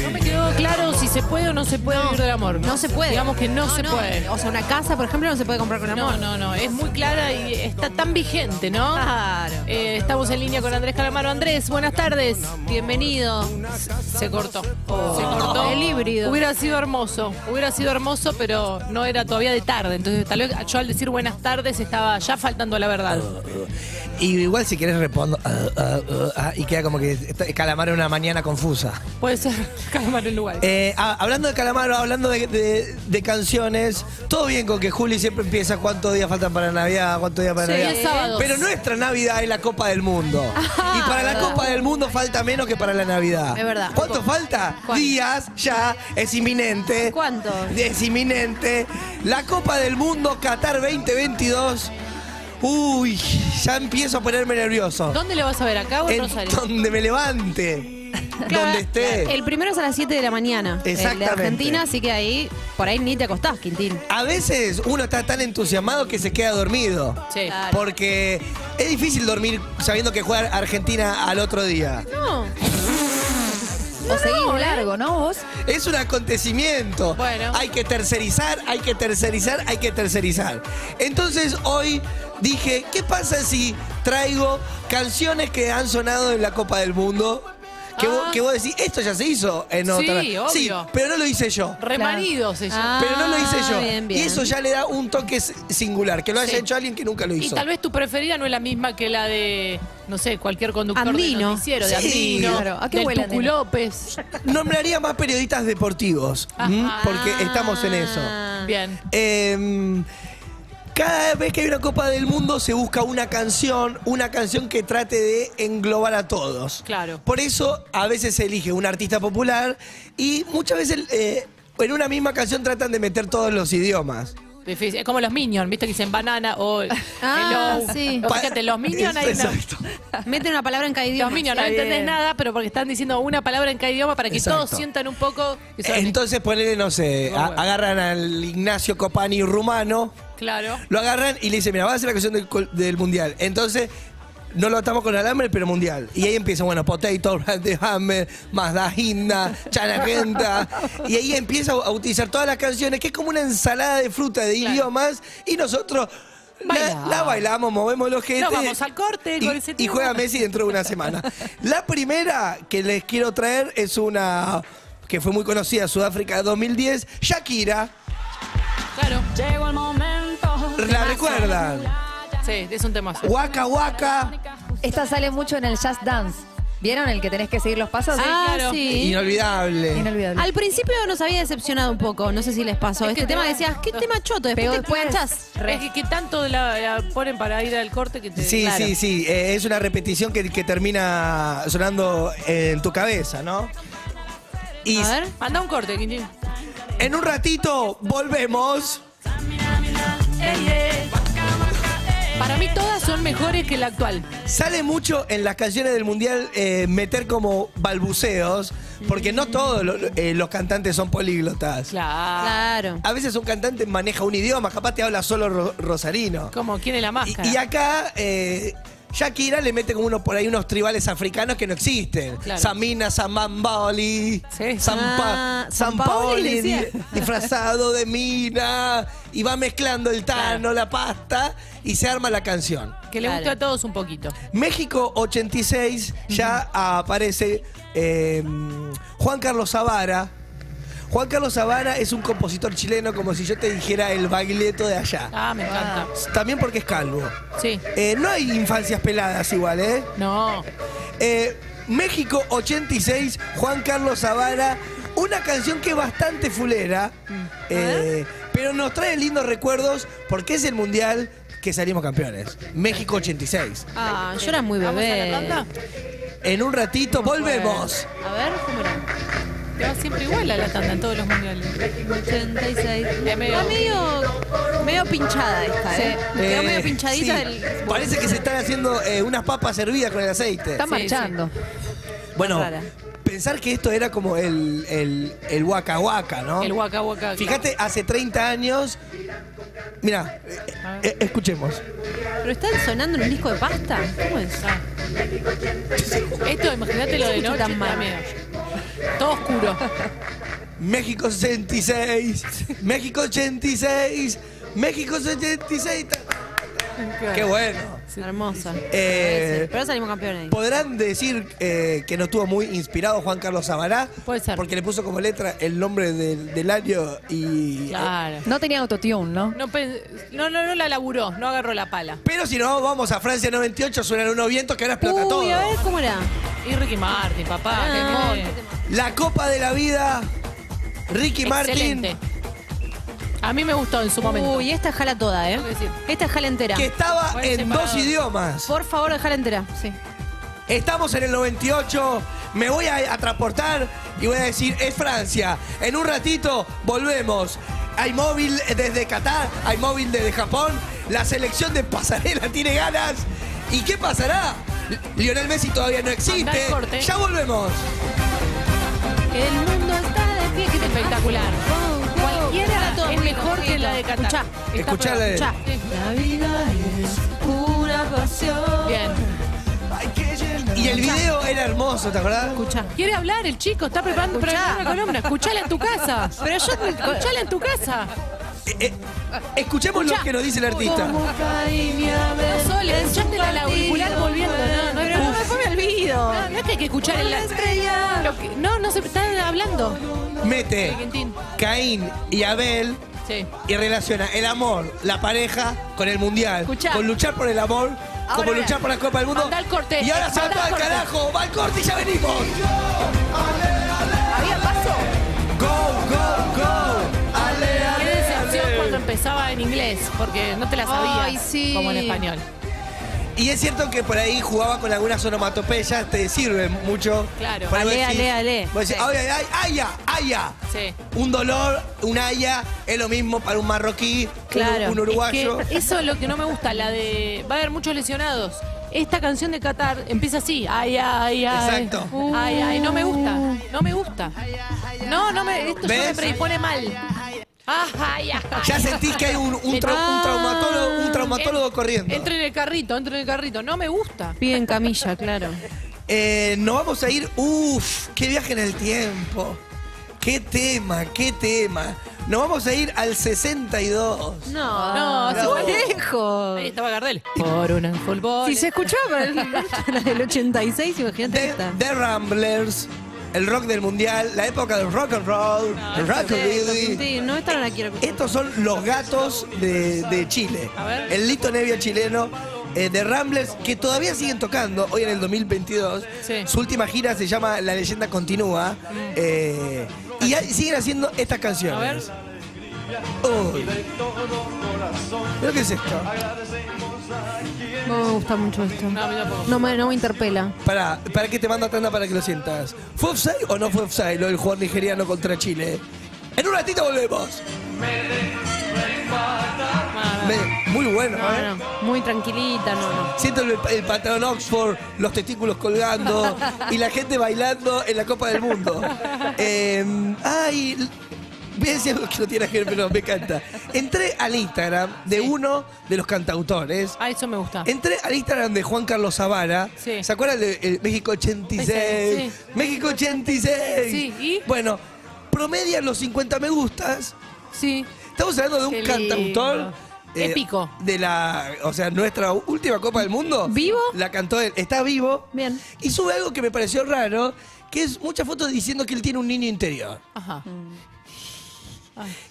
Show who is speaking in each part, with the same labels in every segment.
Speaker 1: No me quedó claro si se puede o no se puede vivir del amor.
Speaker 2: No se puede.
Speaker 1: Digamos que no, se puede.
Speaker 2: eh, O sea, una casa, por ejemplo, no se puede comprar con amor. Ah.
Speaker 1: No, no, no. Es muy clara y está tan vigente, ¿no?
Speaker 2: Claro.
Speaker 1: Eh, estamos en línea con Andrés Calamaro. Andrés, buenas tardes.
Speaker 2: Bienvenido.
Speaker 1: Se cortó. Se cortó.
Speaker 2: El híbrido.
Speaker 1: Oh. Hubiera sido hermoso. Hubiera sido hermoso, pero no era todavía de tarde. Entonces, tal vez yo al decir buenas tardes estaba ya faltando a la verdad.
Speaker 3: Y igual si querés respondo ah, ah, ah, ah, y queda como que está- Calamaro en una mañana confusa.
Speaker 1: Puede ser Calamaro en lugar.
Speaker 3: Eh, ah, hablando de Calamaro, hablando de, de- de canciones, todo bien con que Juli siempre empieza cuántos días faltan para Navidad, cuántos días para
Speaker 1: Sí,
Speaker 3: Navidad.
Speaker 1: es sábado. Ah,
Speaker 3: Pero nuestra Navidad es la Copa del Mundo. y para la Copa del Mundo falta menos que para la Navidad.
Speaker 2: Es verdad.
Speaker 3: ¿Cuánto falta?
Speaker 2: ¿Cuánto?
Speaker 3: Días, ya, es inminente.
Speaker 2: ¿Cuánto?
Speaker 3: Es inminente. La Copa del Mundo Qatar 2022. Uy, ya empiezo a ponerme nervioso.
Speaker 1: ¿Dónde lo vas a ver? ¿Acá o en
Speaker 3: En
Speaker 1: Oh, Rosario?
Speaker 3: donde me levante.
Speaker 2: Claro,
Speaker 3: donde esté.
Speaker 2: El primero es a las 7 de la mañana. el de
Speaker 3: Exactamente.
Speaker 2: Argentina, así que ahí, por ahí ni te acostás, Quintín.
Speaker 3: A veces uno está tan entusiasmado que se queda dormido.
Speaker 1: Sí.
Speaker 2: Claro.
Speaker 3: Porque es difícil dormir sabiendo que juega Argentina al otro día.
Speaker 2: No.
Speaker 4: O seguís
Speaker 1: eh.
Speaker 4: largo, ¿no? Vos.
Speaker 3: Es un acontecimiento.
Speaker 1: Bueno.
Speaker 3: Hay que tercerizar, hay que tercerizar, hay que tercerizar. Entonces hoy dije, ¿qué pasa si traigo canciones que han sonado en la Copa del Mundo? Que, vos,
Speaker 1: Ah.
Speaker 3: que vos decís, esto ya se hizo en
Speaker 1: Sí,
Speaker 3: otra.
Speaker 1: obvio.
Speaker 3: Sí, pero no lo hice yo.
Speaker 1: Remanidos ella.
Speaker 2: Ah,
Speaker 3: Pero no lo hice yo.
Speaker 2: bien, bien.
Speaker 3: Y eso ya le da un toque s- singular, que lo haya
Speaker 1: Sí.
Speaker 3: hecho alguien que nunca lo
Speaker 1: Y
Speaker 3: hizo.
Speaker 1: tal vez tu preferida no es la misma que la de, no sé, cualquier conductor de
Speaker 2: Andino.
Speaker 1: noticiero, de
Speaker 3: Sí.
Speaker 1: Andino,
Speaker 4: Claro. ¿A qué
Speaker 1: del
Speaker 4: huele
Speaker 1: Tucu
Speaker 4: Andino?
Speaker 1: López.
Speaker 3: Nombraría más periodistas deportivos, ¿m?
Speaker 1: Ajá.
Speaker 3: porque estamos en eso.
Speaker 2: Ah.
Speaker 1: Bien.
Speaker 3: Em, cada vez que hay una Copa del Mundo se busca una canción, una canción que trate de englobar a todos.
Speaker 1: Claro.
Speaker 3: Por eso a veces se elige un artista popular y muchas veces eh, en una misma canción tratan de meter todos los idiomas.
Speaker 1: Difícil. Es como los Minions, ¿viste? Que dicen banana o
Speaker 2: Ah,
Speaker 1: hello.
Speaker 2: sí.
Speaker 1: O fíjate, los Minions hay una-
Speaker 3: Exacto.
Speaker 2: Mete una palabra en cada idioma.
Speaker 1: Los Minions no
Speaker 2: Está
Speaker 1: entendés
Speaker 2: bien.
Speaker 1: nada, pero porque están diciendo una palabra en cada idioma para que
Speaker 3: Exacto.
Speaker 1: todos sientan un poco. que son-
Speaker 3: Entonces ponele, no sé, a- agarran al Ignacio Copani rumano,
Speaker 1: claro.
Speaker 3: lo agarran y le dicen, mira, vas a hacer la canción del, col- del mundial. Entonces, no lo atamos con alambre, pero mundial. Y ahí empieza, bueno, Potato, Brandy Hammer, Mazdahinda, Chanagenta. Y ahí empieza a utilizar todas las canciones, que es como una ensalada de fruta de
Speaker 1: Claro.
Speaker 3: idiomas. Y nosotros... La,
Speaker 1: Bailamos.
Speaker 3: la bailamos, movemos los jetes.
Speaker 1: vamos al corte
Speaker 3: y,
Speaker 1: con ese
Speaker 3: y
Speaker 1: tema.
Speaker 3: juega Messi dentro de una semana. La primera que les quiero traer es una que fue muy conocida, Sudáfrica 2010, Shakira.
Speaker 1: Claro.
Speaker 3: ¿La recuerdan?
Speaker 1: Sí, es un tema.
Speaker 3: Waka Waka.
Speaker 4: Esta sale mucho en el Just Dance. ¿Vieron el que tenés que seguir los pasos?
Speaker 2: Ah,
Speaker 1: claro.
Speaker 2: sí.
Speaker 3: Inolvidable.
Speaker 4: Inolvidable.
Speaker 2: Al principio nos había decepcionado un poco, no sé si les pasó.
Speaker 1: Es que
Speaker 2: este tema
Speaker 1: te-
Speaker 2: decías, ¿qué tema choto? Después
Speaker 4: Pegó
Speaker 2: te
Speaker 4: después.
Speaker 2: enganchás.
Speaker 1: Es que, que tanto la, la ponen para ir al corte que te.
Speaker 3: Sí,
Speaker 1: Claro.
Speaker 3: sí, sí. Eh, es una repetición que, que termina sonando en tu cabeza, ¿no? Y
Speaker 2: A ver.
Speaker 1: Manda ¿Eh? un corte, Quintín.
Speaker 3: en un ratito volvemos.
Speaker 1: Para mí todas son mejores que la actual.
Speaker 3: Sale mucho en las canciones del mundial eh, meter como balbuceos, porque no todos lo- eh, los cantantes son políglotas.
Speaker 1: Claro.
Speaker 2: Claro.
Speaker 3: A veces un cantante maneja un idioma, capaz te habla solo ro- rosarino.
Speaker 1: Como quién es la
Speaker 3: Y,
Speaker 1: máscara.
Speaker 3: y acá eh, Shakira le mete como uno por ahí unos tribales africanos que no existen.
Speaker 1: Claro.
Speaker 3: Samina, Samamboli,
Speaker 1: Sí.
Speaker 3: Sampa,
Speaker 2: Ah, Sampaoli le decía.
Speaker 3: di- disfrazado de mina. Y va mezclando el tano, la pasta, y se arma la canción.
Speaker 1: que le guste
Speaker 2: Claro.
Speaker 1: a todos un poquito.
Speaker 3: México 86 ya aparece eh, Juan Carlos Zavara. Juan Carlos Zavara es un compositor chileno como si yo te dijera el baglietto de allá.
Speaker 1: Ah, me encanta.
Speaker 3: También porque es calvo.
Speaker 1: Sí.
Speaker 3: Eh, no hay infancias peladas igual, ¿eh?
Speaker 1: No.
Speaker 3: Eh, México 86, Juan Carlos Zavala. Una canción que es bastante fulera, eh, pero nos trae lindos recuerdos porque es el mundial que salimos campeones. México 86.
Speaker 2: Ah, yo era muy
Speaker 1: ¿Vamos a
Speaker 2: bebé.
Speaker 1: la tanda?
Speaker 3: En un ratito volvemos.
Speaker 2: A ver, ¿cómo era?
Speaker 1: Te va siempre igual a la tanda en todos los mundiales.
Speaker 2: 86.
Speaker 1: Es medio-
Speaker 2: Está medio, medio pinchada esta, ¿eh? Me Quedó
Speaker 3: Eh,
Speaker 2: medio pinchadita
Speaker 3: sí,
Speaker 2: del.
Speaker 3: Parece que se están haciendo eh, unas papas hervidas con el aceite.
Speaker 4: Está
Speaker 1: Sí,
Speaker 4: marchando.
Speaker 3: Bueno,
Speaker 2: rara.
Speaker 3: pensar que esto era como el,
Speaker 2: Ah.
Speaker 3: el, el Waka Waka, ¿no?
Speaker 1: El Waka Waka.
Speaker 3: Fíjate, hace 30 años Mira, eh, escuchemos.
Speaker 2: ¿Pero están sonando en un disco de pasta? ¿Cómo es?
Speaker 1: Esto, imagínate lo de
Speaker 2: Escucho
Speaker 1: noche,
Speaker 2: tan
Speaker 1: te da
Speaker 2: mal.
Speaker 1: miedo. Todo oscuro.
Speaker 3: México 66, México 86, México 76. Qué bueno.
Speaker 2: Hermosa.
Speaker 3: Eh,
Speaker 2: Pero salimos campeones ahí.
Speaker 3: Podrán decir eh, que no estuvo muy inspirado Juan Carlos Sabará.
Speaker 1: Puede ser.
Speaker 3: Porque le puso como letra el nombre del, del año y.
Speaker 1: Claro.
Speaker 4: No tenía autotune, ¿no?
Speaker 1: No, pen- no, no, no la laburó, no agarró la pala.
Speaker 3: Pero si no, vamos a Francia 98, suenan unos vientos que ahora explota todo.
Speaker 2: Uy, a ver, ¿cómo era?
Speaker 1: Y Ricky Martin, papá,
Speaker 2: Ah,
Speaker 1: qué
Speaker 2: qué
Speaker 1: mono.
Speaker 2: tema.
Speaker 3: La Copa de la Vida, Ricky
Speaker 1: Excelente.
Speaker 3: Martin,
Speaker 1: A mí me gustó en su momento.
Speaker 2: Uy, esta jala toda, ¿eh?
Speaker 1: Tengo que decir.
Speaker 2: Esta jala entera.
Speaker 3: que estaba
Speaker 1: Buen
Speaker 3: en
Speaker 1: separador.
Speaker 3: dos idiomas.
Speaker 2: Por favor, jala entera. Sí.
Speaker 3: Estamos en el 98, me voy a, a transportar y voy a decir, es Francia. En un ratito volvemos. Hay móvil desde Qatar, hay móvil desde Japón, la selección de pasarela tiene ganas. ¿Y qué pasará? Lionel Messi todavía no
Speaker 1: Mandá
Speaker 3: existe.
Speaker 1: el corte.
Speaker 3: Ya volvemos.
Speaker 2: Que el mundo está de pie. Que te
Speaker 1: Espectacular. Cualquiera es mejor que la de Qatar.
Speaker 2: Escuchá.
Speaker 1: Está
Speaker 3: Escuchá la de-
Speaker 1: pegada. Sí.
Speaker 2: La vida es pura pasión.
Speaker 1: Bien.
Speaker 3: Y el video era hermoso, ¿te acordás?
Speaker 2: Escuchá.
Speaker 1: Quiere hablar el chico, está preparando para
Speaker 2: Escuchá.
Speaker 1: grabar una columna. Escuchala en tu casa. Pero yo, escuchala en tu casa.
Speaker 3: Eh, eh, escuchemos lo
Speaker 1: Escuchá.
Speaker 3: que nos dice el artista.
Speaker 1: No solo, escuchaste la auricular volviendo. No, no, hay
Speaker 2: Pero no,
Speaker 1: problema.
Speaker 2: después me olvido.
Speaker 1: No, no es que hay que escuchar el...
Speaker 2: estrella.
Speaker 1: lo que- No, no se están hablando.
Speaker 3: Mete
Speaker 1: Quintín.
Speaker 3: Caín y Abel
Speaker 1: Sí.
Speaker 3: y relaciona el amor, la pareja con el mundial.
Speaker 1: Escuchá.
Speaker 3: Con luchar por el amor, como
Speaker 2: Ahora.
Speaker 3: luchar por la Copa del Mundo.
Speaker 1: Mandá el corte,
Speaker 3: Y ahora se va
Speaker 1: mandá
Speaker 3: todo
Speaker 1: el
Speaker 3: al
Speaker 1: corte.
Speaker 3: carajo. Va el corte y ya venimos.
Speaker 2: ¿Había paso?
Speaker 3: Go, go, go. Ale,
Speaker 1: Qué
Speaker 3: ale,
Speaker 1: decepción
Speaker 3: ale.
Speaker 1: cuando empezaba en inglés, porque no te la sabías.
Speaker 2: Ay, sí.
Speaker 1: Como en español.
Speaker 3: Y es cierto que por ahí jugaba con algunas onomatopeyas, te sirven mucho.
Speaker 1: Claro.
Speaker 3: Por ahí vos
Speaker 2: Ale,
Speaker 3: decís-
Speaker 2: ale, ale.
Speaker 3: vos decís,
Speaker 2: Sí.
Speaker 3: "Ay, ay, ay, aya, aya".
Speaker 1: Sí.
Speaker 3: Un dolor, un haya, es lo mismo para un marroquí, un-
Speaker 2: Claro.
Speaker 3: un, uruguayo.
Speaker 1: Es que eso es lo que no me gusta, la de. Va a haber muchos lesionados. Esta canción de Qatar empieza así. Ay, ay, ay.
Speaker 3: Exacto.
Speaker 1: Ay, ay, no me gusta. No me gusta. No, no me. Esto ya me
Speaker 3: ¿Ves?
Speaker 1: predispone mal. Ah, ay, ay.
Speaker 3: Ya sentís que hay un, un tra-
Speaker 2: Ah,
Speaker 3: un traumatólogo, un traumatólogo
Speaker 1: En-
Speaker 3: corriendo.
Speaker 1: Entra en el carrito, entra en el carrito. No me gusta.
Speaker 2: Piden camilla, claro.
Speaker 3: Eh, nos vamos a ir. Uf, qué viaje en el tiempo. Qué tema, qué tema. Nos vamos a ir al 62.
Speaker 2: No,
Speaker 1: No,
Speaker 3: no.
Speaker 1: sí.
Speaker 2: lejos.
Speaker 1: Ahí estaba Gardel. Por un fútbol.
Speaker 2: Si se escuchaba para el- la del 86, imagínate
Speaker 3: The,
Speaker 2: esta.
Speaker 3: The Ramblers, el rock del mundial, la época del rock and roll, el rockabilly.
Speaker 2: Sí, no estaban aquí.
Speaker 3: Estos son los gatos de, de Chile.
Speaker 1: A ver.
Speaker 3: El Lito Nevia chileno. eh, de Ramblers, que todavía siguen tocando hoy en el 2022.
Speaker 1: Sí. Mm.
Speaker 3: Su última gira se llama La leyenda continúa. eh, y hay- siguen haciendo
Speaker 1: A
Speaker 3: estas
Speaker 1: ver.
Speaker 3: canciones. Uy. ¿Pero qué es esto?
Speaker 2: No me gusta mucho esto.
Speaker 1: No, a mí tampoco.
Speaker 2: No me, no me interpela.
Speaker 3: Para, para que te manda tanda para que lo sientas. ¿Fue offside o no fue offside lo del jugador nigeriano contra Chile? En un ratito volvemos. Me- muy bueno,
Speaker 2: No,
Speaker 3: ¿eh?
Speaker 2: no, no. Muy tranquilita, no, no.
Speaker 3: Siento el, el pantalón Oxford, los testículos colgando y la gente bailando en la Copa del Mundo. Eh, ay, l- voy a decir algo que no tiene que ver, pero me encanta. Entré al Instagram de uno de los cantautores.
Speaker 1: Ah, eso me gusta.
Speaker 3: Entré al Instagram de Juan Carlos Zavara.
Speaker 1: Sí.
Speaker 3: ¿Se acuerdan de el México 86?
Speaker 1: Sí.
Speaker 3: México 86.
Speaker 1: Sí, ¿y?
Speaker 3: Bueno, promedia los 50 me gustas.
Speaker 1: Sí.
Speaker 3: Estamos hablando de
Speaker 1: Qué
Speaker 3: un
Speaker 1: lindo.
Speaker 3: cantautor. eh,
Speaker 1: Épico.
Speaker 3: De la, o sea, nuestra última Copa del Mundo.
Speaker 2: ¿Vivo?
Speaker 3: La cantó él. Está vivo.
Speaker 2: Bien.
Speaker 3: Y sube algo que me pareció raro, que es muchas fotos diciendo que él tiene un niño interior.
Speaker 1: Ajá.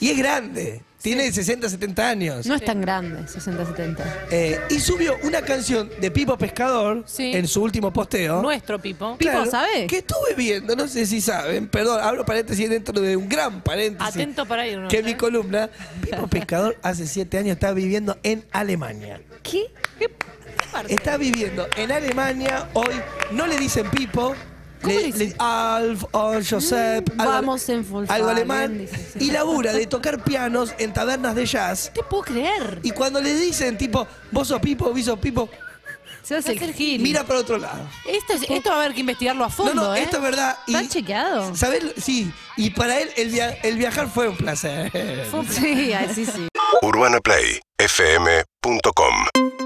Speaker 3: Y es grande. Tiene 60, 70 años.
Speaker 2: No es tan grande, 60-70.
Speaker 3: Eh, y subió una canción de Pipo Pescador
Speaker 1: Sí.
Speaker 3: en su último posteo.
Speaker 1: Nuestro Pipo.
Speaker 2: Pipo, ¿sabe?
Speaker 3: Que estuve viendo, no sé si saben, perdón, abro paréntesis dentro de un gran paréntesis.
Speaker 1: Atento para irnos.
Speaker 3: Que
Speaker 1: ¿eh?
Speaker 3: mi columna, Pipo Pescador hace siete años está viviendo en Alemania.
Speaker 2: ¿Qué? ¿Qué?
Speaker 3: Está viviendo en Alemania hoy, no le dicen Pipo.
Speaker 1: ¿Cómo le dicen?
Speaker 3: Alf o Josep.
Speaker 2: Mm, vamos en Volkswagen,
Speaker 3: Algo alemán.
Speaker 2: dice, sí.
Speaker 3: Y labura de tocar pianos en tabernas de jazz.
Speaker 2: te puedo creer?
Speaker 3: Y cuando le dicen, tipo, vos sos Pipo, vos sos Pipo,
Speaker 2: Se hace el gil.
Speaker 3: mira para otro lado.
Speaker 1: Esto, es- esto va a haber que investigarlo a fondo,
Speaker 3: no, no,
Speaker 1: ¿eh?
Speaker 3: esto es verdad. Y-
Speaker 2: ¿Está chequeado?
Speaker 3: ¿Sabés? Sí, y para él el, via- el viajar fue un placer.
Speaker 2: Sí, ay, sí, sí.
Speaker 5: UrbanaPlayFM.com